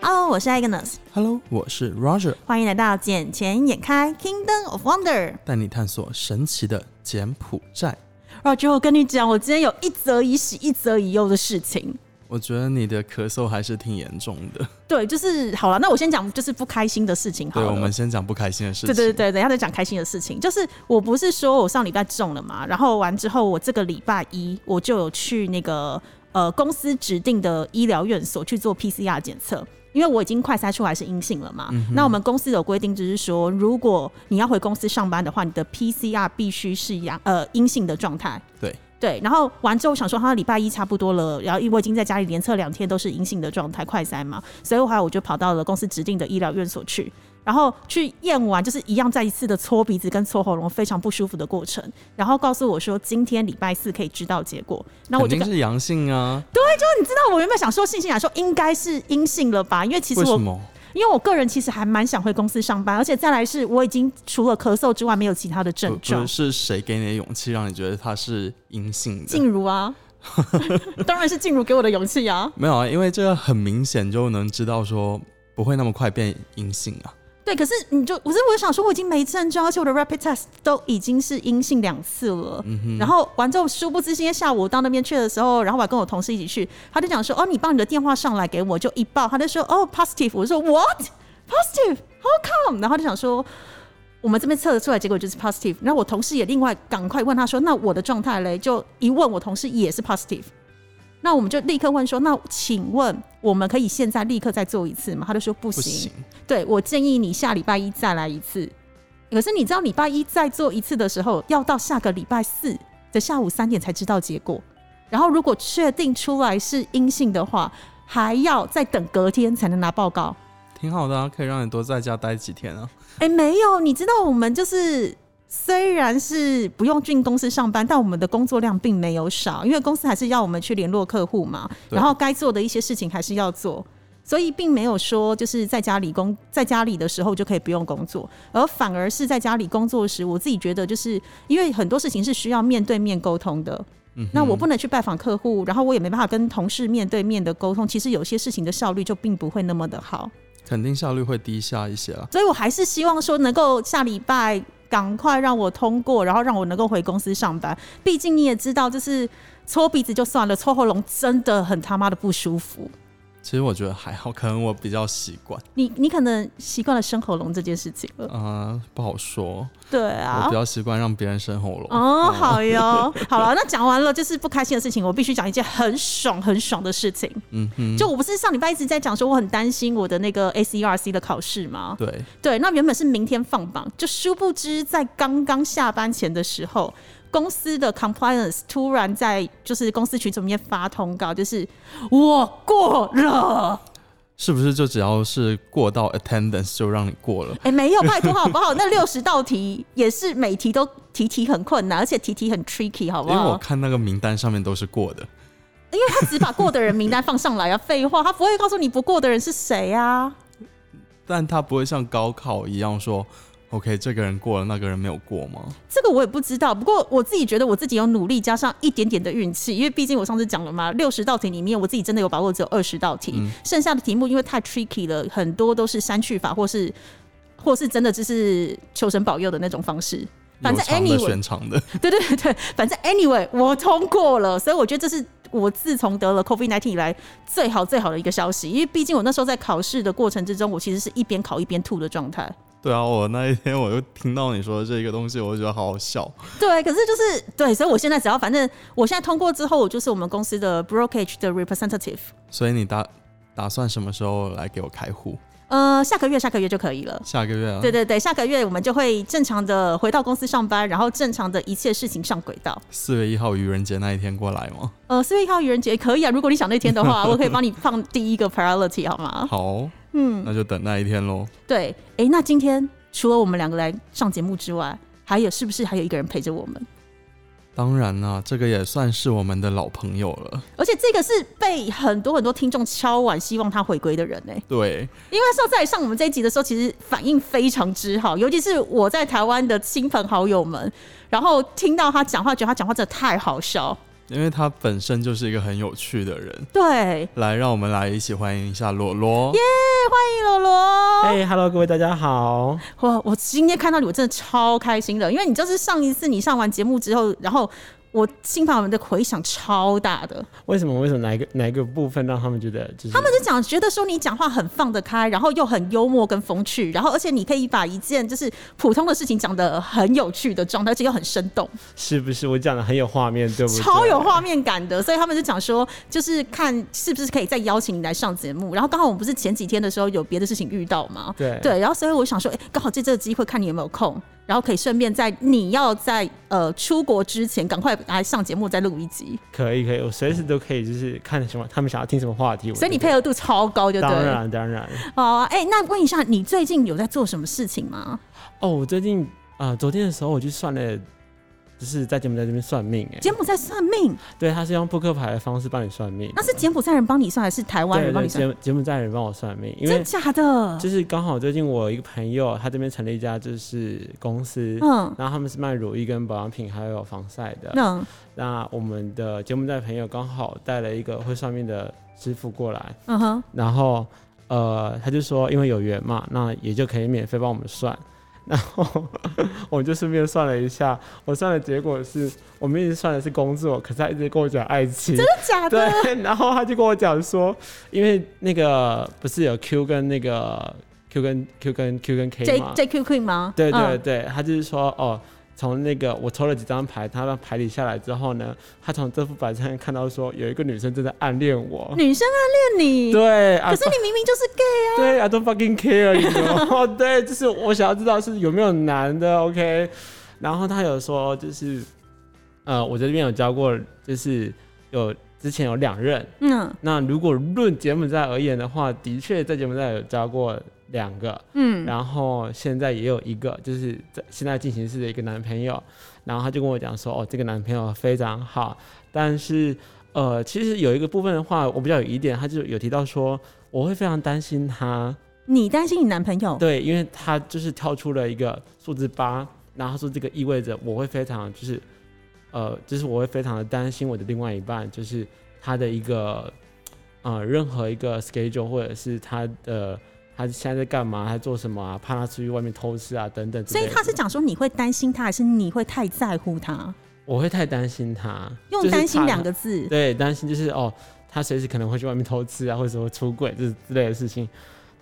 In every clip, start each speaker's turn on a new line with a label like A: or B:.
A: Hello，我是 Agnes，
B: Hello，我是 Roger，
A: 欢迎来到《眼前眼开 Kingdom of Wonder》。
B: 带你探索神奇的柬埔寨。
A: Roger，我跟啊你讲，我今天有一则以喜，一则以忧的事情。
B: 我觉得你的咳嗽还是挺严重的。
A: 对，就是好了，那我先讲就是不开心的事情好
B: 对，
A: 了。
B: 我们先讲不开心的事
A: 对
B: 情。
A: 对对，等一下再讲开心的事情。就是我不是说我上礼拜中了嘛，然后完之后，我这个礼拜一我就有去那个呃公司指定的医疗院所去做 PCR 检测。因为我已经快筛出来是阴性了嘛，
B: 嗯
A: 那我们公司有规定，就是说，如果你要回公司上班的话，你的 PCR 必须是阳呃阴性的状态。
B: 对
A: 对，然后完之后想说，他礼拜一差不多了，然后因为我已经在家里连测两天都是阴性的状态，快筛嘛，所以后来我就跑到了公司指定的医疗院所去，然后去验完，就是一样再一次的搓鼻子跟搓喉咙，非常不舒服的过程。然后告诉我说，今天礼拜四可以知道结果。那我
B: 肯
A: 就
B: 定
A: 跟
B: 是阳性啊。
A: 你知道，我原本想说，信心来说应该是阴性了吧？因为其实
B: 为什
A: 我
B: 么？
A: 因为我个人其实还蛮想回公司上班，而且再来是我已经除了咳嗽之外没有其他的
B: 不
A: 症
B: 不
A: 状。
B: 是谁给你的勇气让你觉得他是阴性的？
A: 静茹 啊，当然是静茹给我的勇气啊。
B: 没有啊，因为这个很明显就能知道说不会那么快变阴性啊。
A: 对，可是你就，可是我想说，我已经没症状，而且我的 rapid test 都已经是阴性两次了。
B: 嗯
A: 然后完之后，殊不知今天下午我到那边去的时候，然后我还跟我同事一起去，他就讲说：“哦，你报你的电话上来给我。”就一报，他就说：“哦，positive。”我说：“What positive? How come？” 然后他就想说。我们这边测得出来，结果就是 positive。然后我同事也另外赶快问他说：“那我的状态嘞？”就一问，我同事也是 positive。那我们就立刻问说：“那请问我们可以现在立刻再做一次吗？”他就说：“
B: 不行，
A: 对我建议你下礼拜一再来一次。可是你知道，礼拜一再做一次的时候，要到下个礼拜四的下午三点才知道结果。然后如果确定出来是阴性的话，还要再等隔天才能拿报告。
B: 挺好的啊，可以让你多在家待几天啊。
A: 哎，没有，你知道我们就是虽然是不用进公司上班，但我们的工作量并没有少，因为公司还是要我们去联络客户嘛，
B: 对
A: 然后该做的一些事情还是要做。所以并没有说就是在家里工，在家里的时候就可以不用工作，而反而是在家里工作时，我自己觉得就是因为很多事情是需要面对面沟通的，
B: 嗯哼，
A: 那我不能去拜访客户，然后我也没办法跟同事面对面的沟通，其实有些事情的效率就并不会那么的好。
B: 肯定效率会低下一些啊。
A: 所以我还是希望说能够下礼拜赶快让我通过，然后让我能够回公司上班。毕竟你也知道，就是搓鼻子就算了，搓喉咙真的很他妈的不舒服。
B: 其实我觉得还好，可能我比较习惯，
A: 你你可能习惯了生喉咙这件事情 了，
B: 啊，不好说。
A: 对
B: 我
A: 啊
B: 比。较习惯让别人生喉咙。
A: 哦，好哟，好了，那讲完了就是不开心的事情，我必须讲一件很爽很爽的事情。
B: 嗯哼，
A: 就我不是上礼拜一直在讲说我很担心我的那个 ACRC 的考试吗？
B: 对，
A: 对，那原本是明天放榜，就殊不知在刚刚下班前的时候，公司的 compliance 突然在就是公司群组里面发通告，就是我过了。
B: 是不是就只要是过到 attendance 就让你过了？
A: 哎、没有，拜托好不好？那六十道题也是每题都题题很困难，而且题题很 tricky，好
B: 因
A: 不
B: 为我
A: 好？
B: 看那个名单上面都是过的，
A: 因为他只把过的人名单放上来啊，废话，他不会告诉你不过的人是谁啊。
B: 但他不会像高考一样说，OK，这个人过了，那个人没有过吗？
A: 这个我也不知道，不过我自己觉得我自己有努力，加上一点点的运气，因为毕竟我上次讲了嘛，六十道题里面我自己真的有把握只有二十道题，剩下的题目因为太 tricky 了，很多都是删去法或是或是真的就是求神保佑的那种方式。反正
B: 有长的
A: anyway，
B: 选长的，
A: 对对对对，反正 anyway 我通过了，所以我觉得这是我自从得了 COVID 19以来最好最好的一个消息，因为毕竟我那时候在考试的过程之中，我其实是一边考一边吐的状态。
B: 对啊，我那一天我就听到你说这个东西，我就觉得好好笑。
A: 对，可是就是对，所以我现在只要反正我现在通过之后，我就是我们公司的 brokerage 的 representative。
B: 所以你打打算什么时候来给我开户？
A: 呃，下个月下个月就可以了。
B: 下个月啊？
A: 对对对，下个月我们就会正常的回到公司上班，然后正常的一切事情上轨道。
B: 四月一号愚人节那一天过来吗？
A: 呃，四月一号愚人节可以啊，如果你想那天的话，我可以帮你放第一个 priority 好吗？
B: 好，嗯，那就等那一天喽。
A: 对，诶，那今天除了我们两个来上节目之外，还有是不是还有一个人陪着我们？
B: 当然啦、这个也算是我们的老朋友了。
A: 而且这个是被很多很多听众敲碗，希望他回归的人呢、
B: 对，
A: 因为上次来上我们这一集的时候，其实反应非常之好，尤其是我在台湾的亲朋好友们，然后听到他讲话，觉得他讲话真的太好笑。
B: 因为他本身就是一个很有趣的人，
A: 对，
B: 来，让我们来一起欢迎一下裸裸。
A: 迎罗罗。
C: 哎、h e l l o 各位大家好。
A: 哇，我今天看到你，我真的超开心的，因为你就是上一次你上完节目之后，然后我新朋友们的回响超大的，
C: 为什么？为什么哪一个哪一个部分让他们觉得就是
A: 他们就讲觉得说你讲话很放得开，然后又很幽默跟风趣，然后而且你可以把一件就是普通的事情讲得很有趣的状态，而且又很生动，
C: 是不是我讲的很有画面，对不对？
A: 超有画面感的，所以他们就讲说，就是看是不是可以再邀请你来上节目。然后刚好我们不是前几天的时候有别的事情遇到嘛，
C: 对
A: 对，然后所以我想说，哎、刚好借这个机会看你有没有空，然后可以顺便在你要在呃出国之前，赶快来上节目再录一集，
C: 可以可以，我随时都可以，就是看什么他们想要听什么话题，我
A: 所以
C: 就
A: 你配合度超高，就对
C: 当
A: 了。
C: 然当然。
A: 哦，哎、那问一下，你最近有在做什么事情吗？
C: 哦，我最近啊、呃昨天的时候我去算了，就是在柬埔寨这边算命、哎，
A: 柬埔寨算命，
C: 对，他是用扑克牌的方式帮你算命，
A: 那是柬埔寨人帮你算，还是台湾
C: 对
A: 人帮
C: 对，
A: 你算？
C: 柬柬埔寨人帮我算命，因为
A: 真假的？
C: 就是刚好最近我一个朋友，他这边成立一家就是公司，
A: 嗯，
C: 然后他们是卖乳液跟保养品还有防晒的。那
A: 那
C: 我们的柬埔寨朋友刚好带了一个会算命的师傅过来，
A: 嗯哼，
C: 然后呃他就说因为有缘嘛，那也就可以免费帮我们算。然后 我就顺便算了一下，我算的结果是我们一直算的是工作，可是他一直跟我讲爱情。
A: 真假的？
C: 对，然后他就跟我讲说，因为那个不是有 Q 跟那个 Q 跟 Q 跟 Q 跟 K
A: J
C: 吗？
A: J Q Queen 吗？
C: 对对
A: 嗯
C: 对，他就是说哦。从那个我抽了几张牌，他让牌里下来之后呢，他从这副牌上面看到说有一个女生正在暗恋我，
A: 女生暗恋你，
C: 哦 对，啊
A: 可，是你明明就是 gay 啊！
C: 对，I don't fucking care，you know? 对，就是我想要知道是有没有男的，OK。然后他有说，就是呃，我在这边有教过，就是有之前有两任，
A: 嗯
C: 那如果论柬埔寨而言的话，的确在柬埔寨有教过两个，
A: 嗯，
C: 然后现在也有一个，就是在现在进行式的一个男朋友，然后他就跟我讲说，哦，这个男朋友非常好，但是呃，其实有一个部分的话，我比较有疑点，他就有提到说，我会非常担心他，
A: 你担心你男朋友？
C: 对，因为他就是跳出了一个数字八，然后他说这个意味着我会非常就是，呃，就是我会非常的担心我的另外一半，就是他的一个，呃，任何一个 schedule 或者是他的他现在在干嘛，他做什么啊，怕他出去外面偷吃啊等等之
A: 所
C: 类
A: 以
C: 的。
A: 他是讲说你会担心他，还是你会太在乎他？
C: 我会太担心他，
A: 用
C: 就是
A: 担心
C: 怕
A: 两个字，
C: 对，担心就是哦，他随时可能会去外面偷吃啊，或者说出轨这之类的事情。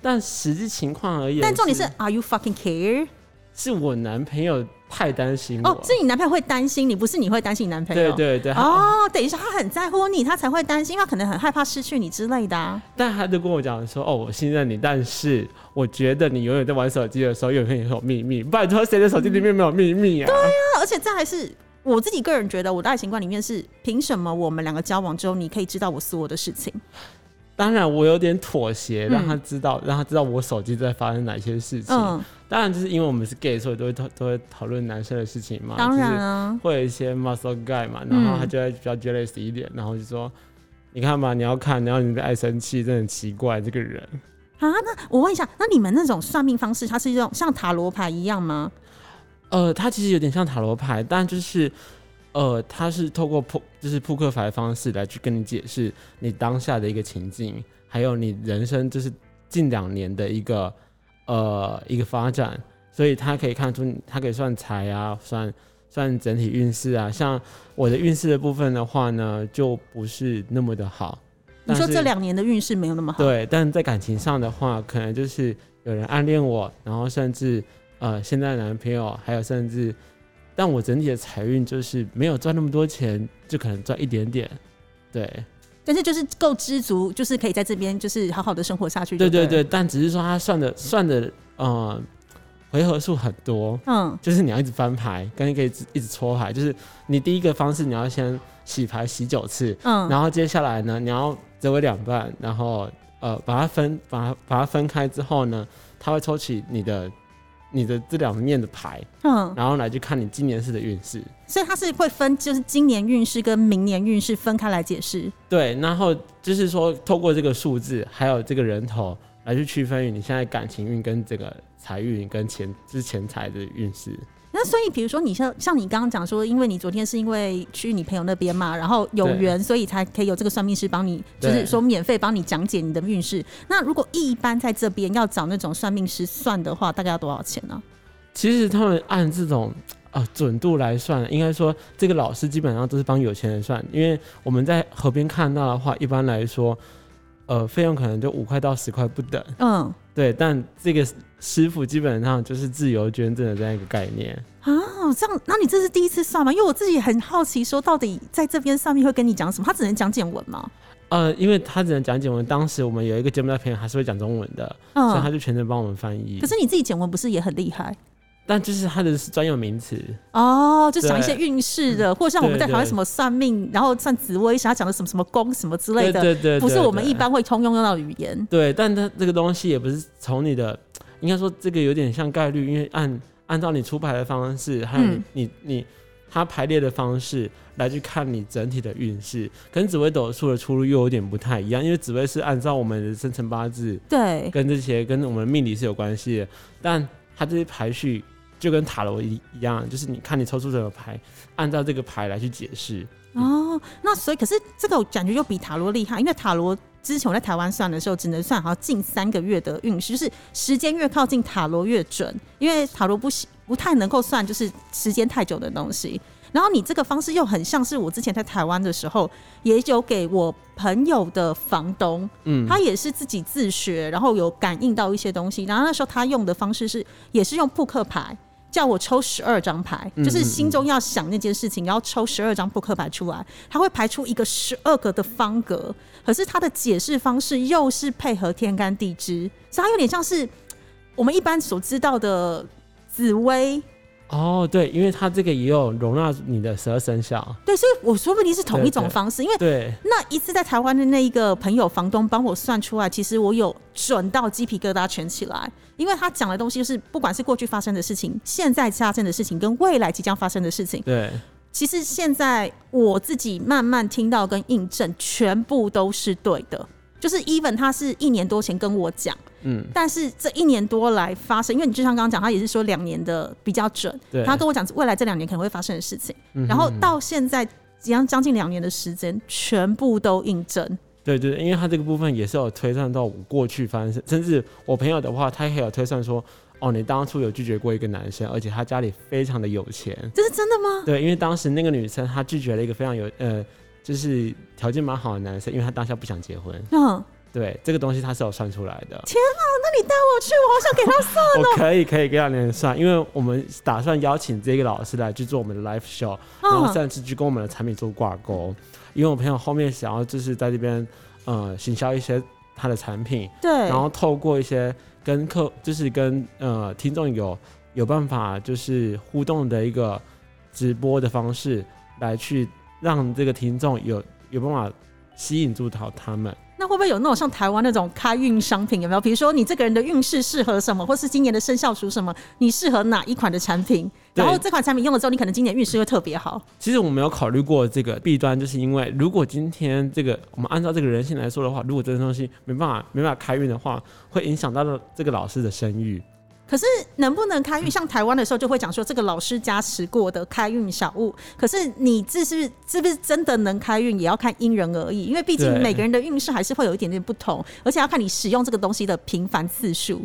C: 但实际情况而言，
A: 但重点是，Are you fucking care？
C: 是我男朋友太担心我。
A: 哦，是你男朋友会担心你，不是你会担心你男朋
C: 嗯对
A: 友。
C: 对对，他
A: 哦，等于是他很在乎你，他才会担心，因为他可能很害怕失去你之类的、啊。
C: 但他就跟我讲说，哦，我信任你，但是我觉得你永远在玩手机的时候，永远有秘密。拜托，谁的手机里面没有秘密啊？
A: 那而且这还是我自己个人觉得，我的爱情观里面是，凭什么我们两个交往之后，你可以知道我所有的事情？
C: 当然，我有点妥协，
A: 嗯
C: 让他知道，让他知道我手机在发生哪些事情。
A: 嗯，
C: 当然，就是因为我们是 gay，所以都会讨都会讨论男生的事情嘛。
A: 当然
C: 就是
A: 啊，嗯
C: 会有一些 muscle guy 嘛，然后他就会比较 jealous 一点，然后就说。你看吧，你要看，然后你爱生气，真的很奇怪这个人。
A: 啊，那我问一下，那你们那种算命方式，它是一种像塔罗牌一样吗？
C: 呃，它其实有点像塔罗牌，但就是，呃，它是透过扑就是扑克牌的方式来去跟你解释你当下的一个情境，还有你人生就是近两年的一个呃一个发展，所以它可以看出你，它可以算财啊，算算整体运势啊。像我的运势的部分的话呢，就不是那么的好。
A: 你说
C: 但是
A: 这两年的运势没有那么好，
C: 对，但在感情上的话，可能就是有人暗恋我，然后甚至呃现在的男朋友，还有甚至，但我整体的财运就是没有赚那么多钱，就可能赚一点点。对，
A: 但是就是够知足，就是可以在这边就是好好的生活下去就
C: 对
A: 对
C: 对对，
A: 对，
C: 但只是说他算的算的呃回合数很多，
A: 嗯，
C: 就是你要一直翻牌，跟你可以一直一直搓牌，就是你第一个方式你要先洗牌洗九次，
A: 嗯，
C: 然后接下来呢，你要折为两半，然后呃把它分把它把它分开之后呢，它会抽起你的你的这两面的牌，
A: 嗯，
C: 然后来去看你今年式的运势。
A: 所以它是会分，就是今年运势跟明年运势分开来解释。
C: 对，然后就是说透过这个数字还有这个人头来去区分于你现在感情运跟这个财运跟钱之前财的运势。
A: 那那所以，比如说你像像你刚刚讲说，因为你昨天是因为去你朋友那边嘛，然后有
C: 对
A: 缘，所以才可以有这个算命师帮你，就
C: 对
A: 是说免费帮你讲解你的运势。那如果一般在这边要找那种算命师算的话，大概要多少钱呢、
C: 其实他们按这种啊、呃准度来算，应该说这个老师基本上都是帮有钱人算，因为我们在河边看到的话，一般来说，呃，费用可能就五块到十块不等。
A: 嗯
C: 对，但这个师傅基本上就是自由捐赠的这样一个概念。
A: 啊，这样，那你这是第一次算吗？因为我自己很好奇，说到底在这边算命会跟你讲什么？他只能讲简文吗？
C: 呃，因为他只能讲简文，当时我们有一个节目在朋友还是会讲中文的，所以他
A: 嗯，
C: 就全程帮我们翻译
A: 可。是你自己简文不是也很厉害？
C: 但就是他的专有名词，
A: 哦，就讲一些
C: 对
A: 运势的，或者像我们在
C: 对
A: 台湾
C: 对
A: 什么算命，然后算紫微想他讲的什么什么宫什么之类
C: 对
A: 的，
C: 对对，
A: 不是
C: 对
A: 我们
C: 对
A: 一般会通用用到的语言。
C: 对，但它这个东西也不是从你的，应该说这个有点像概率，因为按按照你出牌的方式，还有你、
A: 嗯
C: 你你它排列的方式来去看你整体的运势，跟紫微斗数的出入又有点不太一样，因为紫微是按照我们的生辰八字
A: 对，
C: 跟这些跟我们命理是有关系的，但它这些排序就跟塔罗一一样，就是你看你抽出什么牌，按照这个牌来去解释。
A: 哦，那所以可是这个感觉又比塔罗厉害，因为塔罗之前我在台湾算的时候，只能算好像近三个月的运势，就是时间越靠近塔罗越准，因为塔罗不喜不太能够算就是时间太久的东西。然后你这个方式又很像是我之前在台湾的时候，也有给我朋友的房东，
C: 嗯，
A: 他也是自己自学，然后有感应到一些东西。然后那时候他用的方式是，也是用扑克牌，叫我抽十二张牌，
C: 嗯
A: 就是心中要想那件事情，然后抽十二张扑克牌出来，他会排出一个十二个的方格。可是他的解释方式又是配合天干地支，所以他有点像是我们一般所知道的紫薇。
C: 哦，对，因为它这个也有容纳你的十二生肖，
A: 对，所以我说不定是同一种
C: 对对
A: 方式，因为
C: 对。
A: 那一次在台湾的那一个朋友房东帮我算出来，其实我有准到鸡皮疙瘩全起来，因为他讲的东西就是不管是过去发生的事情、现在发生的事情跟未来即将发生的事情，
C: 对，
A: 其实现在我自己慢慢听到跟印证，全部都是对的。就是 even 他是一年多前跟我讲，
C: 嗯，
A: 但是这一年多来发生，因为你就像刚刚讲，他也是说两年的比较准，
C: 对
A: 他跟我讲未来这两年可能会发生的事情，
C: 嗯
A: 然后
C: 哼
A: 到现在将将近两年的时间，全部都印证。
C: 对对，对因为它这个部分也是有推算到我过去发生，甚至我朋友的话，他也有推算说，哦，你当初有拒绝过一个男生，而且他家里非常的有钱，
A: 这是真的吗？
C: 对，因为当时那个女生她拒绝了一个非常有呃，就是条件蛮好的男生，因为她当下不想结婚，
A: 嗯，
C: 对，这个东西她是有算出来的，
A: 那你带我去，我好想给他算。
C: 我可以可以跟你们算，因为我们打算邀请这个老师来去做我们的 live show，然后
A: 嗯
C: 上次去跟我们的产品做挂钩，因为我朋友后面想要就是在这边呃行销一些他的产品，
A: 对，
C: 然后透过一些跟客就是跟呃听众有有办法就是互动的一个直播的方式，来去让这个听众有有办法吸引住到他们。
A: 那会不会有那种像台湾那种开运商品？有没有？比如说你这个人的运势适合什么，或是今年的生肖属什么，你适合哪一款的产品？
C: 对
A: 然后这款产品用了之后，你可能今年运势会特别好。
C: 其实我没有考虑过这个弊端，就是因为如果今天这个我们按照这个人性来说的话，如果这个东西没办法没办法开运的话，会影响到了这个老师的声誉。
A: 可是能不能开运？像台湾的时候就会讲说这个老师加持过的开运小物。可是你这是是不是真的能开运，也要看因人而异，因为毕竟
C: 对
A: 每个人的运势还是会有一点点不同，而且要看你使用这个东西的频繁次数。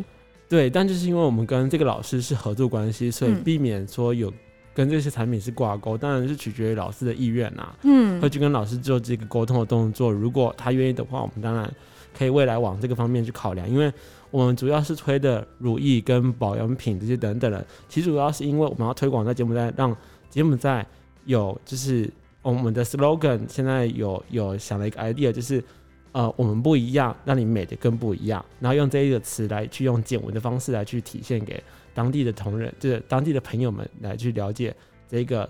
C: 对，但就是因为我们跟这个老师是合作关系，所以
A: 嗯
C: 避免说有跟这些产品是挂钩，当然是取决于老师的意愿啊啦、
A: 嗯，
C: 会去跟老师做这个沟通的动作。如果他愿意的话，我们当然可以未来往这个方面去考量，因为我们主要是推的乳液跟保养品这些等等的，其实主要是因为我们要推广在柬埔寨，让柬埔寨有就是我们的 slogan 现在有有想了一个 idea，就是呃我们不一样，让你美的更不一样，然后用这一个词来去用简文的方式来去体现给当地的同仁，就是当地的朋友们来去了解这个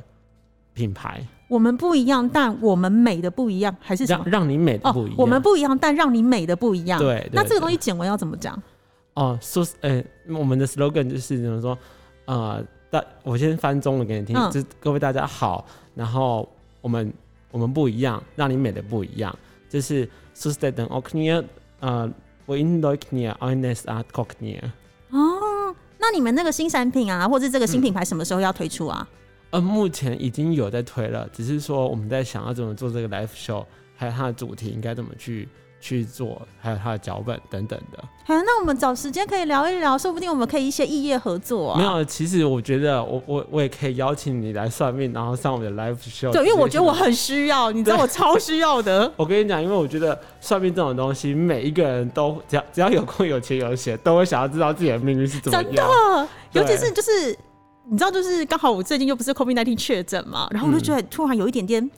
C: 品牌。
A: 我们不一样，但我们美的不一样，还是什
C: 让
A: 么？哦
C: 让你美的不一样。
A: 我们不一样，但让你美的不一样。
C: 对对
A: 那这个
C: 对
A: 东西简文要怎么讲？
C: 哦，说呃，我们的 slogan 就是怎么说？呃，大我先翻中文给你听，
A: 嗯
C: 就是各位大家好，然后我们我们不一样，让你美的不一样，就是 s u s t e n o k n i a 呃，我 in l o k n i a o n e s a t k o k n i a
A: 哦，那你们那个新产品啊，或者这个新品牌什么时候要推出啊？
C: 呃，目前已经有在推了，只是说我们在想要怎么做这个 live show，还有它的主题应该怎么去去做，还有它的脚本等等的。
A: 哎，那我们找时间可以聊一聊，说不定我们可以一些异业合作啊。
C: 没有，其实我觉得我我我也可以邀请你来算命，然后上我的 live show。
A: 对，因为我觉得我
C: 很。
A: 很需要，你知道我超需要的。
C: 我跟你讲，因为我觉得算命这种东西，每一个人都只要只要有空、有钱、有闲，都会想要知道自己的命运是 怎么
A: 真
C: 样。
A: 的，
C: 对
A: 尤其是就是你知道，就是刚好我最近又不是 COVID 1 9确诊嘛，然后我
C: 嗯
A: 就觉得突然有一点点。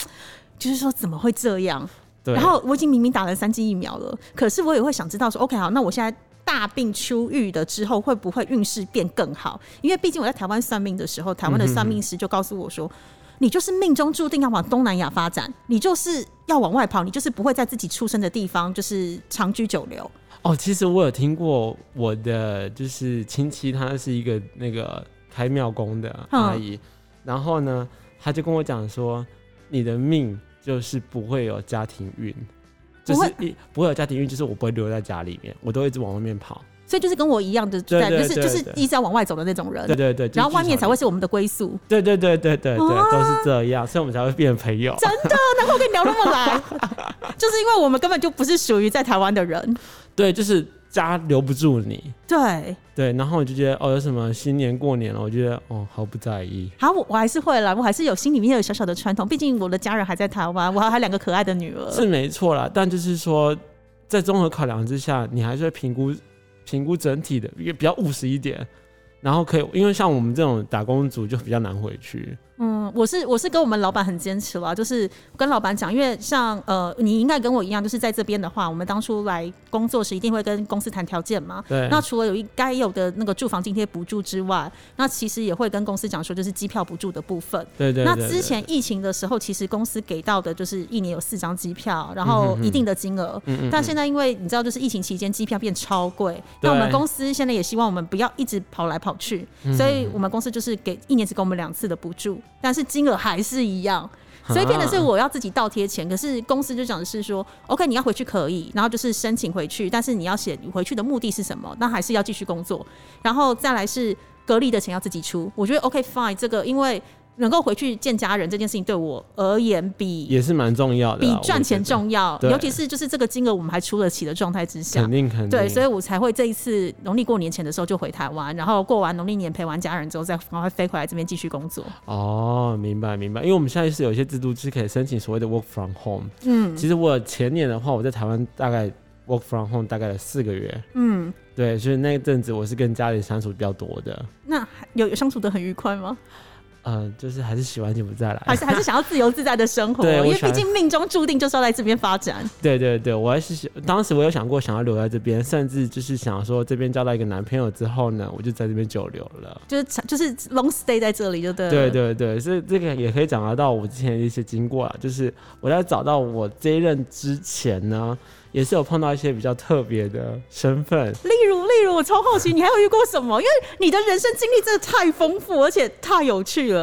A: 就是说怎么会这样？
C: 对，
A: 然后我已经明明打了三剂疫苗了，可是我也会想知道说，OK 好，那我现在大病初愈了之后，会不会运势变更好？因为毕竟我在台湾算命的时候，台
C: 嗯
A: 湾的算命师就告诉我说，你就是命中注定要往东南亚发展，你就是要往外跑，你就是不会在自己出生的地方就是长居久留。
C: 哦，其实我有听过我的就是亲戚，她是一个那个开庙工的阿
A: 嗯
C: 姨，然后呢，她就跟我讲说，你的命就是不会有家庭运，就
A: 不会
C: 是一不会有家庭运，就是我不会留在家里面，我都一直往外面跑。
A: 所以就是跟我一样的，
C: 对对
A: 就是
C: 对
A: 就是
C: 对
A: 一直要往外走的那种人
C: 对。对对，就是
A: 然后外面
C: 至少
A: 才会是啊我们的归宿。
C: 对对对对对对，
A: 哇
C: 都是这样，所以我们才会变朋友。
A: 真的，啊难怪我跟你聊那么 来，就是因为我们根本就不是属于在台湾的人。
C: 对，就是家留不住你。
A: 对，
C: 对，然后我就觉得哦，有什么新年过年了，我觉得哦，毫不在意。
A: 好，我我还是会啦，我还是有心里面有小小的传统，毕竟我的家人还在台湾，我还有两个可爱的女儿。
C: 是没错啦，但就是说，在综合考量之下，你还是会评估评估整体的，也比较务实一点。然后可以，因为像我们这种打工族就比较难回去。
A: 嗯，我是我是跟我们老板很坚持啦，就是跟老板讲，因为像呃，你应该跟我一样，就是在这边的话，我们当初来工作时一定会跟公司谈条件嘛。
C: 对，
A: 那除了有一该有的那个住房津贴补助之外，那其实也会跟公司讲说，就是机票补助的部分。
C: 对对对
A: 那
C: 对
A: 之前疫情的时候，其实公司给到的就是一年有四张机票，然后一定的金额。
C: 嗯
A: 但现在因为你知道，就是疫情期间机票变超贵，那我们
C: 对
A: 公司现在也希望我们不要一直跑来跑去，
C: 嗯
A: 所以我们公司就是给一年只给我们两次的补助，但是金额还是一样。所以变
C: 啊
A: 得是我要自己倒贴钱，可是公司就讲的是说，OK，你要回去可以，然后就是申请回去，但是你要写你回去的目的是什么，那还是要继续工作，然后再来是隔离的钱要自己出。我觉得 OK fine，这个因为能够回去见家人这件事情对我而言比
C: 也是蛮重要的
A: 比
C: 啦，
A: 赚钱重要，
C: 对
A: 尤其是就是这个金额我们还出得起的状态之
C: 要，
A: 下
C: 肯。定肯定。
A: 对，所
C: 以
A: 以我才会这一次农历过年前的时候就回台湾，然后过完农历年陪完家人之后，再赶快飞回来这边继续工作。
C: 哦，明白明白，因为我们现在是有一些制度是可以申请所谓的 work from home。
A: 嗯
C: 其实我前年的话，我在台湾大概 work from home 大概有四个月，
A: 嗯，
C: 对，所以那阵子我是跟家里相处比较多的，
A: 那还有有相处的很愉快吗？
C: 嗯，就是还是喜欢就不再
A: 还
C: 来。
A: 是还是想要自由自在的生活？
C: 对
A: 因
C: 我
A: 为
C: 想
A: 毕竟命中注定就是要在这边发展。
C: 对对对，我还是喜当时我有想过想要留在这边，甚至就是想说这边交到一个男朋友之后呢，我就在这边久留了。
A: 就是就是 long stay 在这里就对了。
C: 对对对，所以这个也可以讲得到我之前的一些经过啊，就是我在找到我这一任之前呢，也是有碰到一些比较特别的身份，
A: 例如，例如，我超好奇你还有遇过什么？因为你的人生经历真的太丰富，而且太有趣了。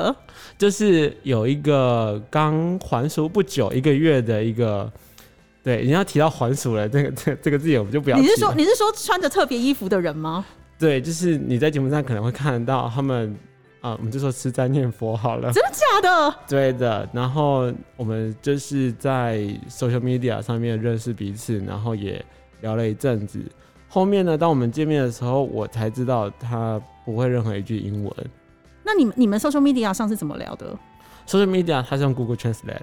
C: 就是有一个刚还俗不久一个月的一个，对，人家提到还俗了，这个这个这个字眼我们就不要提
A: 你
C: 了。
A: 是说你是说穿着特别衣服的人吗？
C: 对，就是你在节目上可能会看得到他们啊，我们就说吃斋念佛好了，
A: 真的假的？
C: 对的。然后我们就是在 social media 上面认识彼此，然后也聊了一阵子。后面呢，当我们见面的时候，我才知道他不会任何一句英文。
A: 那你们你们 social media 上是怎么聊的
C: social media 他是用 Google Translate，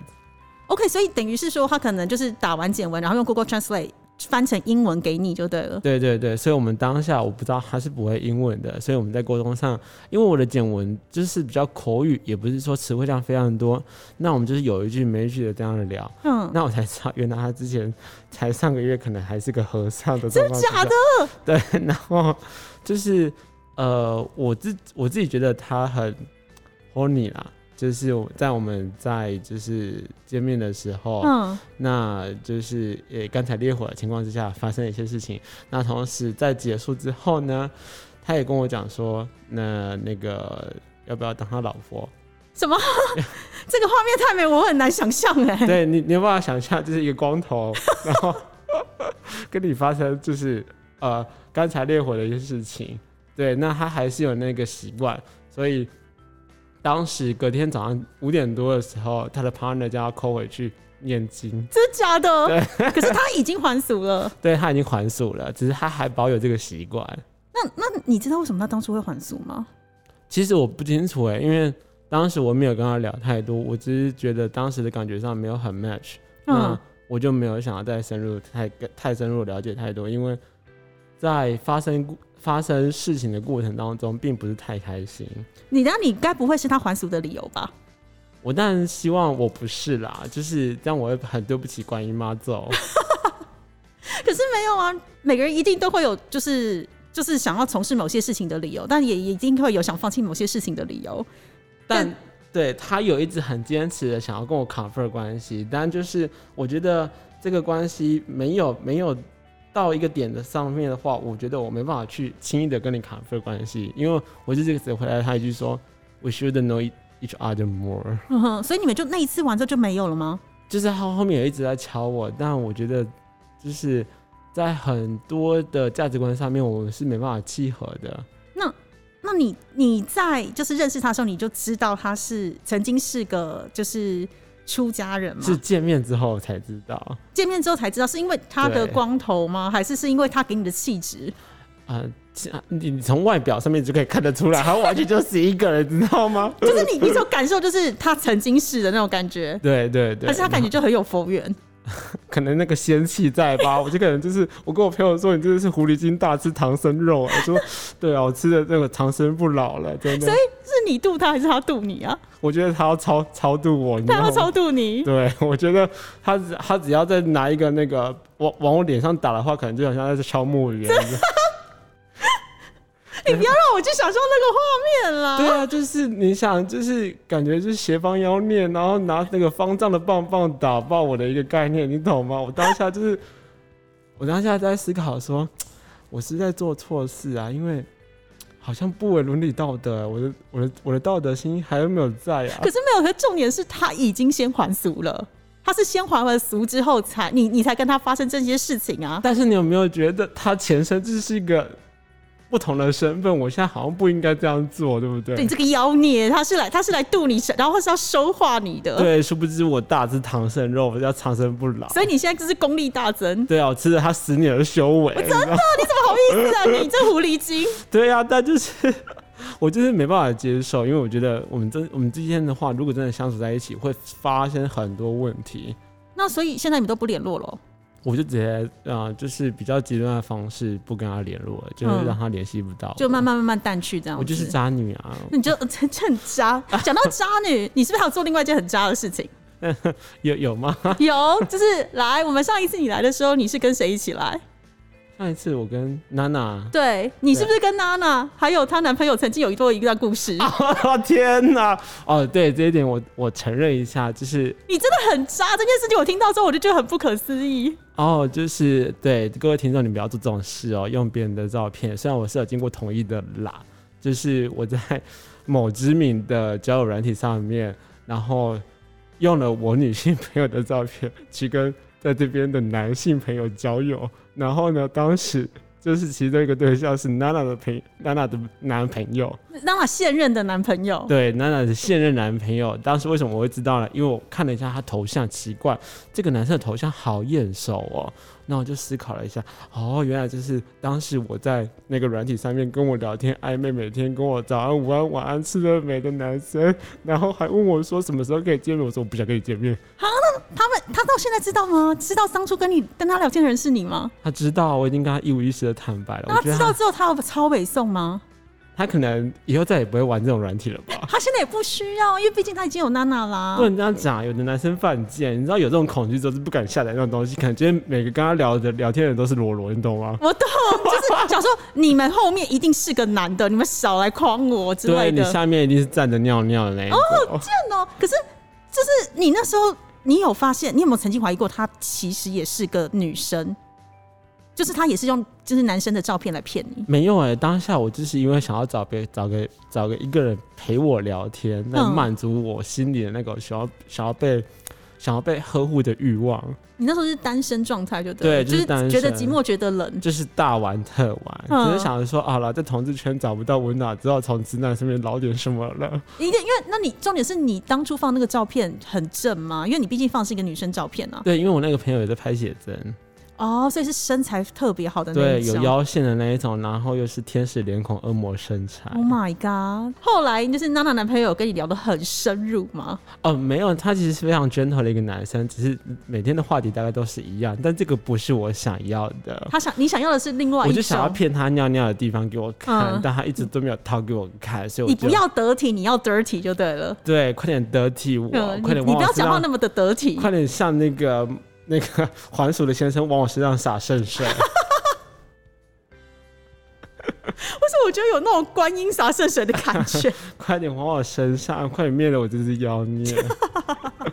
A: ？OK，所以等于是说他可能就是打完简文，然后用 Google Translate 翻成英文给你就对了。
C: 对对对，所以我们当下我不知道他是不会英文的，所以我们在沟通上，因为我的简文就是比较口语，也不是说词汇量非常多，那我们就是有一句没一句的这样的聊。
A: 嗯，
C: 那我才知道，原来他之前才上个月可能还是个和尚的
A: 真
C: 状
A: 的
C: 况之
A: 假
C: 下，
A: 的？
C: 对，然后就是呃，我自我自己觉得他很 horny 啦，就是我在我们在就是见面的时候，
A: 嗯，
C: 那就是呃刚才烈火的情况之下发生了一些事情。那同时在结束之后呢，他也跟我讲说，那那个要不要当他老婆？
A: 什么？这个画面太美，我很难想象哎、
C: 对你，你有办法想象，就是一个光头，然后跟你发生就是呃刚才烈火的一些事情，对，那他还是有那个习惯，所以当时隔天早上五点多的时候，他的 partner 叫他扣回去念经，
A: 真的假的？ 可是他已经还俗了。
C: 对他已经还俗了，只是他还保有这个习惯。
A: 那那你知道为什么他当初会还俗吗？
C: 其实我不清楚哎、因为当时我没有跟他聊太多，我只是觉得当时的感觉上没有很 match，、
A: 嗯
C: 那，我就没有想要再深入太太深入了解太多，因为在发生故发生事情的过程当中，并不是太开心。
A: 你那你该不会是他还俗的理由吧？
C: 我当然希望我不是啦，就是这样我会很对不起观音妈祖。
A: 可是没有啊，每个人一定都会有，就是就是想要从事某些事情的理由，但也一定会有想放弃某些事情的理由。
C: 但对他有一直很坚持的想要跟我 confer 关系，但就是我觉得这个关系没有没有到一个点的上面的话，我觉得我没办法去轻易的跟你 confer 关系，因为我就这个只回答他一句说，We should know each other more。
A: 嗯哼，所以你们就那一次完之后就没有了吗？
C: 就是他后面有一直在敲我，但我觉得就是在很多的价值观上面，我们是没办法契合的。
A: 那你你在就是认识他的时候，你就知道他是曾经是个就是出家人吗？
C: 是见面之后才知道，
A: 见面之后才知道，是因为他的
C: 对
A: 光头吗？还是是因为他给你的气质？
C: 啊、其啊你你从外表上面就可以看得出来，他完全就是一个人，知 道吗？
A: 就是你你种感受，就是他曾经是的那种感觉，
C: 对对对，嗯
A: 还是他感觉就很有佛缘？
C: 可能那个仙气在吧？我就可能就是，我跟我朋友说，你真的是狐狸精大吃唐僧肉、啊，我说对啊，我吃的那个长生不老了，真的
A: 所。是你渡他，还是他渡你啊？
C: 我觉得他要超超度我，你知
A: 他
C: 道
A: 要
C: 吗？
A: 超渡你，
C: 对，我觉得他只他只要再拿一个那个往往我脸上打的话，可能就好像在敲木鱼。
A: 哎你不要让我去想象那个画面啦。
C: 对啊，就是你想，就是感觉就是斜方妖孽，然后拿那个方丈的棒棒打爆我的一个概念，你懂吗？我当下就是， 我当下在思考说，我是在做错事啊，因为好像不为伦理道德，啊我的我的我的道德心还有没有在啊
A: 可？是没有，可是重点是他已经先还俗了，他是先还完俗之后才你你才跟他发生这些事情啊。
C: 但是你有没有觉得他前身这是一个不同的身份？我现在好像不应该这样做，对不对？
A: 对你这个妖孽，他是来他是来渡你，然后是要收化你的。，
C: 对，殊不知我大吃唐僧肉，我要长生不老。
A: 所以你现在就是功力大增。
C: 对啊，我吃了他十年的修为。你知道吗
A: 不好意 思啊，你这狐狸精。
C: 对呀、但就是 我就是没办法接受，因为我觉得我们真我们之间的话，如果真的相处在一起，会发生很多问题。
A: 那所以现在你们都不联络了哦、
C: 我就直接啊、呃就是比较极端的方式不跟他联络了，就是
A: 嗯
C: 让他联系不到，
A: 就慢。慢慢慢淡去这样子。
C: 我就是渣女啊！
A: 那你就 这这很渣。讲到渣女，你是不是还有做另外一件很渣的事情？
C: 有有吗？
A: 有，就是来，我们上一次你来的时候，你是跟谁一起来？
C: 上一次我跟娜娜，
A: 对你是不是跟娜娜还有她男朋友曾经有一过一段故事？
C: 天哪！哦，对这一点我我承认一下，就是
A: 你真的很渣，这件事情我听到之后我就觉得很不可思议。
C: 哦，就是对各位听众，你不要做这种事哦，用别人的照片，虽然我是有经过同意的啦，就是我在某知名的交友软体上面，然后用了我女性朋友的照片去跟在这边的男性朋友交友，然后呢，当时就是其中一个对象是娜娜的朋娜娜的男朋友，
A: 娜娜现任的男朋友，
C: 对，娜娜的现任男朋友，当时为什么我会知道呢？因为我看了一下他头像，奇怪，这个男生的头像好眼熟哦。那我就思考了一下，哦，原来就是当时我在那个软体上面跟我聊天暧昧，每天跟我早安、午安、晚安吃了没的男生，然后还问我说什么时候可以见面，我说我不想跟你见面。
A: 他们他到现在知道吗？知道当初跟你跟他聊天的人是你吗？
C: 他知道我已经跟他一五一十的坦白了，
A: 那
C: 我
A: 他
C: 觉得
A: 知道
C: 他
A: 之后，他有超北宋吗？
C: 他可能以后再也不会玩这种软体了吧。
A: 他现在也不需要，因为毕竟他已经有娜娜啦
C: 不。能这样讲，有的男生犯贱，你知道有这种恐惧之后是不敢下载那种东西，感觉每个跟他聊的聊天的人都是裸裸，你懂吗？
A: 我懂，就是想说你们后面一定是个男的，你们少来诓我之
C: 对
A: 类
C: 你
A: 的。
C: 下面一定是站着尿尿的那一种。
A: 真的哦，可是就是你那时候，你有发现，你有没有曾经怀疑过，她其实也是个女生？就是她也是用就是男生的照片来骗你。
C: 没有哎、当下我就是因为想要找别找个找个一个人陪我聊天，来
A: 嗯
C: 满足我心里的那个想要想要被想要被呵护的欲望，
A: 你那时候是单身状态，就对了，
C: 对
A: 就
C: 就是单身
A: 觉得寂寞，觉得冷。
C: 就是大玩特玩，
A: 嗯
C: 只是想着说，好了，在同志圈找不到温暖，只好从直男身边捞点什么了。
A: 因为因为那你重点是你当初放那个照片很正吗？因为你毕竟放是一个女生照片啊。
C: 对，因为我那个朋友也在拍写真，
A: 哦，所以是身材特别好的那
C: 对，
A: 一
C: 有
A: 张。
C: 腰线的那一种，然后又是天使脸孔、恶魔身材。
A: Oh my god！后来就是娜娜男朋友跟你聊得很深入吗？
C: 哦，没有，他其实是非常 gentle 的一个男生，只是每天的话题大概都是一样，但这个不是我想要的。
A: 他想你想要的是另外
C: 我
A: 一
C: 就想要
A: 种，
C: 骗他尿尿的地方给我看，
A: 嗯
C: 但他一直都没有掏给我看，所以我
A: 你
C: 就
A: 不要得体，你要 dirty 就对了。
C: 对，快点得体我，
A: 嗯，
C: 快
A: 你
C: 点
A: 你不
C: 往我
A: 要
C: 身
A: 讲话那
C: 上，
A: 么的得体。
C: 快点像那个那个 还俗的先生往我身上撒圣水。
A: 不是，我觉得有那种观音洒圣水的感 觉。
C: 快点往我身上，快点灭了我这只妖孽。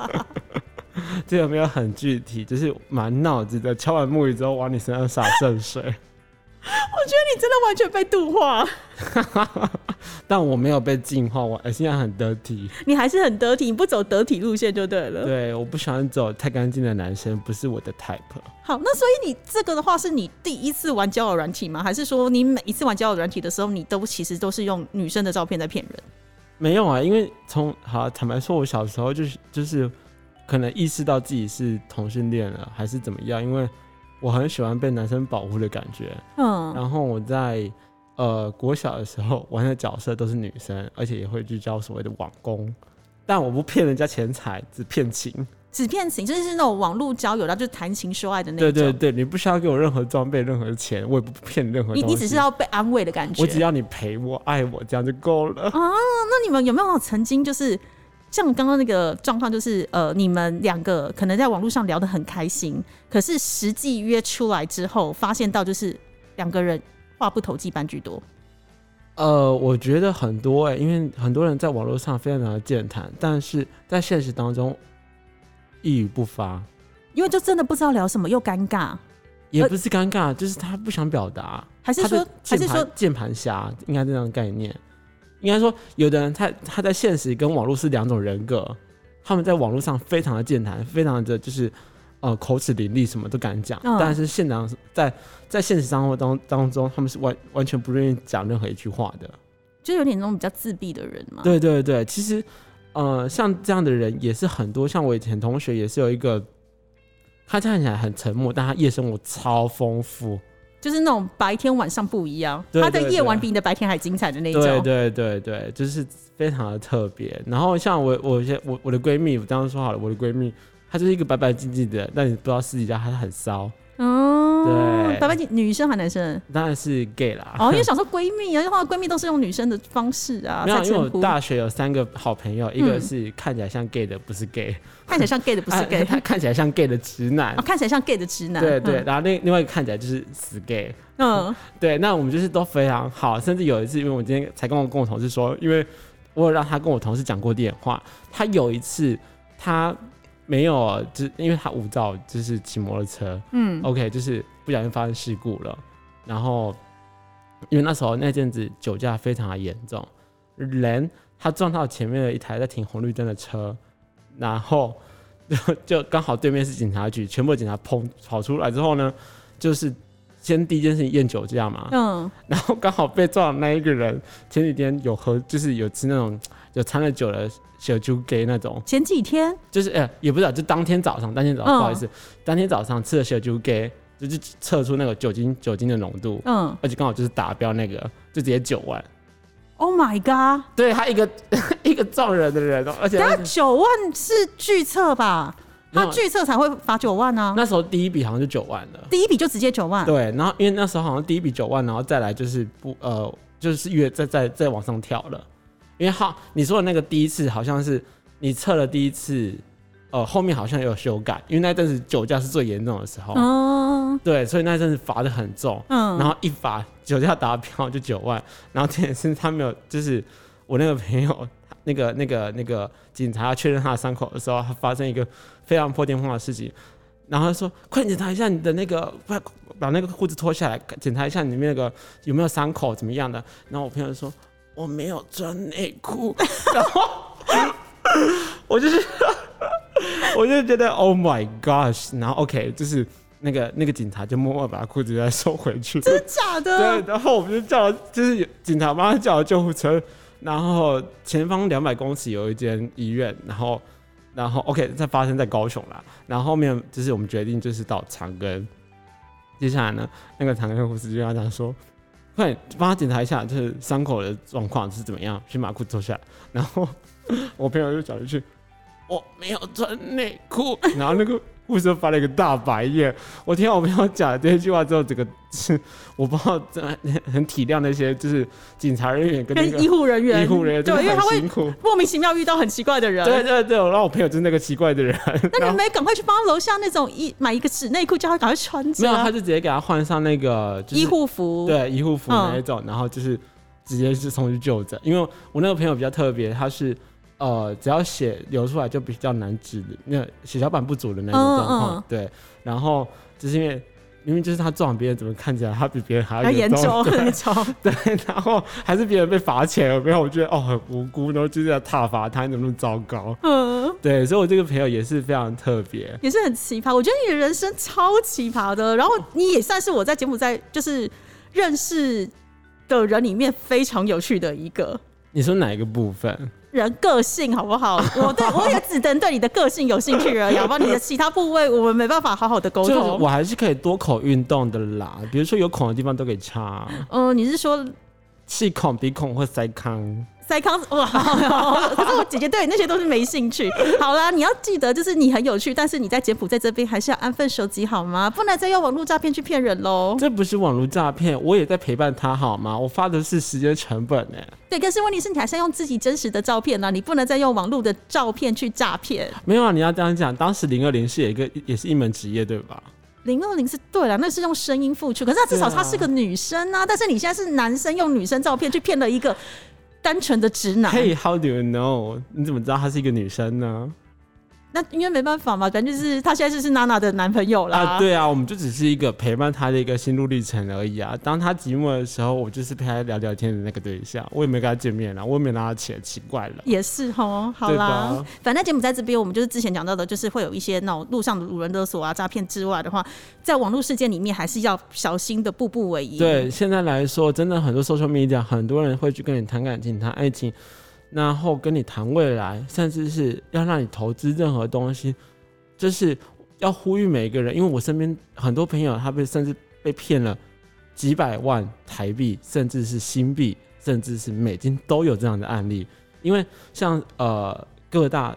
C: 这有没有很具体？就是满脑子的敲完木鱼之后往你身上洒圣水，
A: 我觉得你真的完全被度化，
C: 但我没有被净化，我现在很得体。
A: 你还是很得体，你不走得体路线就对了。
C: 对，我不喜欢走太干净的男生，不是我的 type。
A: 好，那所以你这个的话，是你第一次玩交友软体吗？还是说你每一次玩交友软体的时候，你都其实都是用女生的照片在骗人？
C: 没有啊，因为从好坦白说，我小时候就是就是可能意识到自己是同性恋了，还是怎么样，因为我很喜欢被男生保护的感觉。
A: 嗯，
C: 然后我在呃国小的时候玩的角色都是女生，而且也会去教所谓的网工，但我不骗人家钱财，只骗情。
A: 纸片情就是那种网络交友，然后就是谈情说爱的那
C: 对
A: 种。
C: 对对，你不需要给我任何装备、任何钱，我也不骗你任何东
A: 你
C: 西。
A: 你只是要被安慰的感觉。
C: 我只要你陪我、爱我，这样就够 了。
A: 啊，那你们有没有曾经就是像刚刚那个状况，就是呃，你们两个可能在网络上聊得很开心，可是实际约出来之后，发现到就是两个人话不投机半句多。
C: 呃，我觉得很多哎、因为很多人在网络上非常的健谈，但是在现实当中一语不发，
A: 因为就真的不知道聊什么，又尴尬，
C: 也
A: 呃
C: 不是尴尬，就是他不想表达。
A: 还是
C: 他的
A: 说，还是
C: 键盘
A: 说，
C: 键盘侠应该这样的概念？应该说，有的人他他在现实跟网络是两种人格，他们在网络上非常的健谈，非常的就是呃口齿伶俐，什么都敢讲，
A: 嗯
C: 但是现场在在现实生活当当中，他们是完完全不愿意讲任何一句话的。
A: 就有点那种比较自闭的人嘛？，
C: 对对对，其实呃，像这样的人也是很多，像我以前同学也是有一个，他看起来很沉默，但他夜生活超丰富。
A: 就是那种白天晚上不一样，
C: 对
A: 他的
C: 对
A: 夜晚
C: 对
A: 比你的白天还精彩的那一种。
C: 对对对对，就是非常的特别。然后像我我有些我我的闺蜜，我这样说好了，我的闺蜜她就是一个白白净净的，但你不知道私底下她很骚，
A: 嗯，
C: 对
A: 白白净女生还男生？
C: 当然是 gay 啦。
A: 哦，因为想说闺蜜啊，因为后来闺蜜都是用女生的方式啊，
C: 没有
A: 在，
C: 因为
A: 称呼
C: 我，大学有三个好朋友，一个
A: 嗯
C: 是看起来像 gay 的，不是 gay，
A: 看起来像 gay 的嗯不是 gay，
C: 啊他看起来像 gay 的直男
A: 哦，，看起来像 gay 的直男。嗯
C: 对对，然后另另外一个看起来就是死 gay，
A: 嗯，嗯，
C: 对，那我们就是都非常好，甚至有一次，因为我今天才跟我跟我同事说，因为我有让他跟我同事讲过电话，他有一次他没有，就是因为他无照，就是骑摩托车，嗯，OK，就是不小心发生事故了，然后因为那时候那阵子酒驾非常的严重，人他撞到前面的一台在停红绿灯的车，然后就就刚好对面是警察局，全部的警察砰跑出来之后呢，就是先第一件事情验酒驾嘛，
A: 嗯，
C: 然后刚好被撞的那一个人前几天有喝，就是有吃那种有掺了酒的小酒给那种，
A: 前几天
C: 就是呃也不是、啊，就当天早上，当天早上、
A: 嗯
C: 不好意思，当天早上吃了小酒给，就是测出那个酒精酒精的浓度，
A: 嗯
C: 而且刚好就是达标那个，就直接九万。
A: ，Oh my god，
C: 对他一个 一个撞人的人哦，而且
A: 等
C: 他
A: 下九万是拒测吧？
C: 没
A: 他
C: 有
A: 拒测才会罚九万啊，
C: 那时候第一笔好像就九万了。
A: 第一笔就直接九万。
C: 对，然后因为那时候好像第一笔九万，然后再来就是不呃，就是越再再再往上跳了。因为好，你说的那个第一次好像是你测了第一次，呃，后面好像有修改，因为那阵子酒驾是最严重的时候，
A: 嗯
C: 对，所以那阵子罚的很重，
A: 嗯，
C: 然后一罚酒驾达标就九万，然后这件事他没有，就是我那个朋友，那个那个那个警察确认他的伤口的时候，他发生一个非常破天荒的事情，然后他说快点检查一下你的那个，把把那个裤子脱下来，检查一下你那个有没有伤口怎么样的，然后我朋友说我没 有穿内裤，然后我就是。我就觉得 Oh my gosh，然后 OK，就是那个那个警察就默默把裤子再收回去，
A: 真的假
C: 对
A: 的？，
C: 然后我们就叫了，就是有警察帮他叫了救护车，然后前方两百公尺有一间医院，然后然后 OK，它发生在高雄啦，然后后面就是我们决定就是到长庚，接下来呢，那个长庚护士就跟他讲说。快点帮他检查一下，就是伤口的状况是怎么样，先把裤子脱下来。然后我朋友就讲了一句：“我没有穿内裤。”然后那个护士就翻了一个大白眼。我听到我朋友讲了这句话之后，整个是我不知道怎么很很体谅那些就是警察人员跟那个
A: 跟医护人员，
C: 医护人员，真
A: 对，因为
C: 的
A: 他
C: 很
A: 会
C: 辛苦。
A: 莫名其妙遇到很奇怪的人。
C: 对对对，我让我朋友就是那个奇怪的人，
A: 那
C: 然
A: 你
C: 后
A: 们也赶快去帮楼下那种一买一个纸内裤，叫他赶快穿
C: 没
A: 着
C: 有，
A: 啊、
C: 他就直接给他换上那个、就是、
A: 医护服。，
C: 对医护服那
A: 嗯
C: 一种，然后就是直接是送去就诊。因为我那个朋友比较特别，他是呃只要血流出来就比较难治的，那血小板不足的那种
A: 嗯
C: 状况。
A: 嗯
C: 对，然后就是因为明明就是他撞别人，怎么看起来他比别人还
A: 要
C: 要
A: 严
C: 严
A: 重
C: 对
A: 很重。
C: 对，然后还是别人被罚钱，有没有？我觉得哦很无辜，然后就是要挞伐他，你怎么那么糟糕？
A: 嗯，
C: 对，所以我这个朋友也是非常特别。
A: 也是很奇葩。我觉得你的人生超奇葩的，然后你也算是我在柬埔寨就是认识的人里面非常有趣的一个。
C: 你说哪一个部分？
A: 人个性好不好？我对我也只能对你的个性有兴趣而已，好不好？你的其他部位我们没办法好好的沟
C: 就是
A: 通
C: 我。还是可以多口运动的啦，比如说有孔的地方都啊可以擦，
A: 嗯、你是说
C: 气孔、鼻孔或腮康。
A: 塞康哇，可是我姐姐对那些都是没兴趣。好啦，你要记得，就是你很有趣，但是你在柬埔寨这边还是要安分守己，好吗？不能再用网络诈骗去骗人喽。
C: 这不是网络诈骗，我也在陪伴他好吗？我发的是时间成本哎、
A: 对，但是问题是你还是要用自己真实的照片啊啦，你不能再用网络的照片去诈骗。
C: 没有啊，你要这样讲，当时零二零是有一个也是一门职业对吧？
A: 零二零是对了，那是用声音付出，可是她至少
C: 对啊
A: 她是个女生啊。但是你现在是男生，用女生照片去骗了一个单纯的直男。
C: Hey, how do you know？你怎么知道她是一个女生呢？
A: 那因为没办法嘛，反正就是她现在就是娜娜的男朋友啦。
C: 啊，对啊，我们就只是一个陪伴她的一个心路历程而已啊。当她寂寞的时候，我就是陪她聊聊天的那个对象，我也没跟她见面啊啦，我也没拿她钱，奇怪了。
A: 也是吼，好
C: 对
A: 啦
C: 吧，
A: 反正柬埔寨这边，我们就是之前讲到的，就是会有一些那种路上的路人勒索啊、诈骗之外的话，在网络事件里面还是要小心的，步步为营。
C: 对，，现在来说，真的很多 social media，很多人会去跟你谈感情、谈爱情，然后跟你谈未来，甚至是要让你投资任何东西，就是要呼吁每一个人。因为我身边很多朋友，他被甚至被骗了几百万台币，甚至是新币，甚至是美金，都有这样的案例。因为像呃各大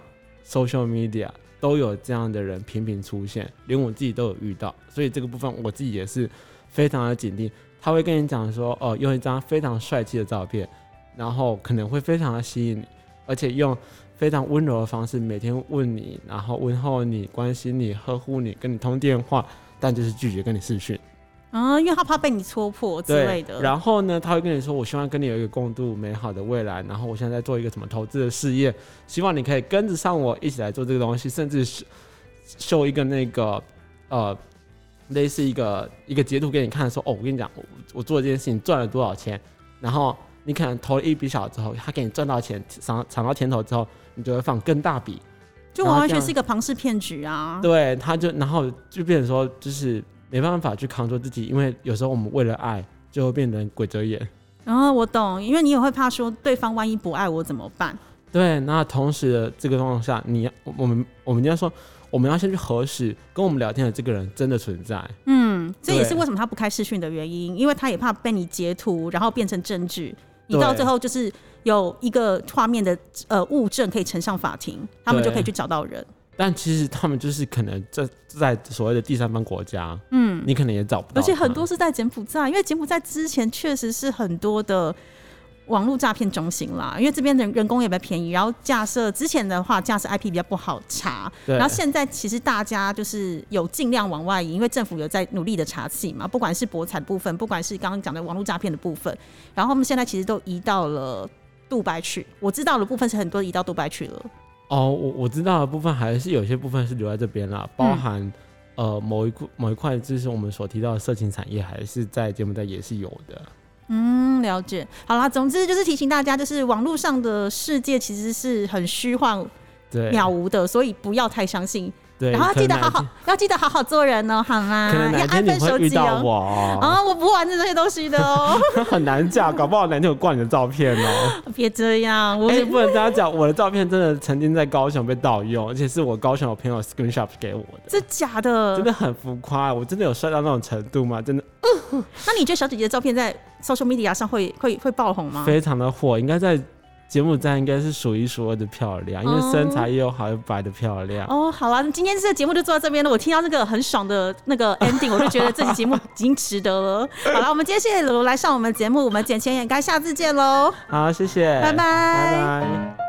C: social media 都有这样的人频频出现，连我自己都有遇到，所以这个部分我自己也是非常的警惕。他会跟你讲说，哦、用一张非常帅气的照片，然后可能会非常的吸引你，而且用非常温柔的方式每天问你，然后问候你、关心你、呵护你、跟你通电话，但就是拒绝跟你视讯。
A: 啊，因为他怕被你戳破之类
C: 对
A: 的。，
C: 然后呢，他会跟你说，我希望跟你有一个共度美好的未来，然后我现在在做一个什么投资的事业，希望你可以跟着上我一起来做这个东西，甚至是秀一个那个呃。类似一个一个截图给你看，说哦，我跟你讲，我我做这件事情赚了多少钱，然后你可能投了一笔小之后，他给你赚到钱，尝尝到甜头之后，你就会放更大笔，
A: 就完完全是一个庞氏骗局啊。
C: 对，他就然后就变成说，就是没办法去扛住自己，因为有时候我们为了爱，就会变成鬼遮眼。
A: 然后我懂，因为你也会怕说对方万一不爱我怎么办？
C: 对，那同时的这个状况下，你要我我们我们要说，我们要先去核实跟我们聊天的这个人真的存在。
A: 嗯，这也
C: 对
A: 是为什么他不开视讯的原因，因为他也怕被你截图，然后变成证据。你
C: 对
A: 到最后就是有一个画面的呃物证可以呈上法庭，他们就
C: 对
A: 可以去找到人。
C: 但其实他们就是可能在在所谓的第三方国家，嗯，你可能也找不
A: 而
C: 到他，
A: 且很多是在柬埔寨，因为柬埔寨之前确实是很多的网络诈骗中心啦，因为这边的人工也比较便宜，然后架设之前的话架设 IP 比较不好查，
C: 对
A: 然后现在其实大家就是有尽量往外移，因为政府有在努力的查起嘛，不管是博彩部分，不管是刚刚讲的网络诈骗的部分，然后他们现在其实都移到了。杜拜去，我知道的部分是很多移到杜拜去了。
C: 哦，我我知道的部分还是有些部分是留在这边啦，包含、
A: 嗯
C: 呃某一块某一块就是我们所提到的色情产业，还是在柬埔寨也是有的。
A: 嗯，了解。好啦，总之就是提醒大家，就是网络上的世界其实是很虚幻
C: 对，
A: 渺无的，所以不要太相信。
C: 对，
A: 然后
C: 可
A: 记
C: 能
A: 得
C: 哪
A: 好
C: 一
A: 好，要记得好好做人哦，好吗？
C: 天可能哪
A: 要
C: 一
A: 安
C: 天你
A: 分守
C: 会遇
A: 己
C: 到
A: 哦。
C: 我，
A: 啊、我不玩这些东西的哦，
C: 很难嫁，搞不好哪天有挂你的照片哦。
A: 别这样，我
C: 哎、
A: 也
C: 不能这样讲，我的照片真的曾经在高雄被盗用，而且是我高雄的朋友 screenshot 给我的。
A: 这假的，
C: 真的很浮夸，我真的有帅到那种程度吗？真的
A: 那你觉得小姐姐的照片在 social media 上会会会爆红吗？
C: 非常的火，应该在节目站应该是数一数二的漂亮，因为身材又好又白的漂亮。
A: 哦，好啦，那今天这个节目就做到这边了。我听到那个很爽的那个 ending，我就觉得这期节目已经值得了。好了，我们今天谢谢鲁鲁来上我们节目，我们捡钱掩盖，下次见喽，
C: 好，谢谢，
A: 拜拜
C: 哎拜拜。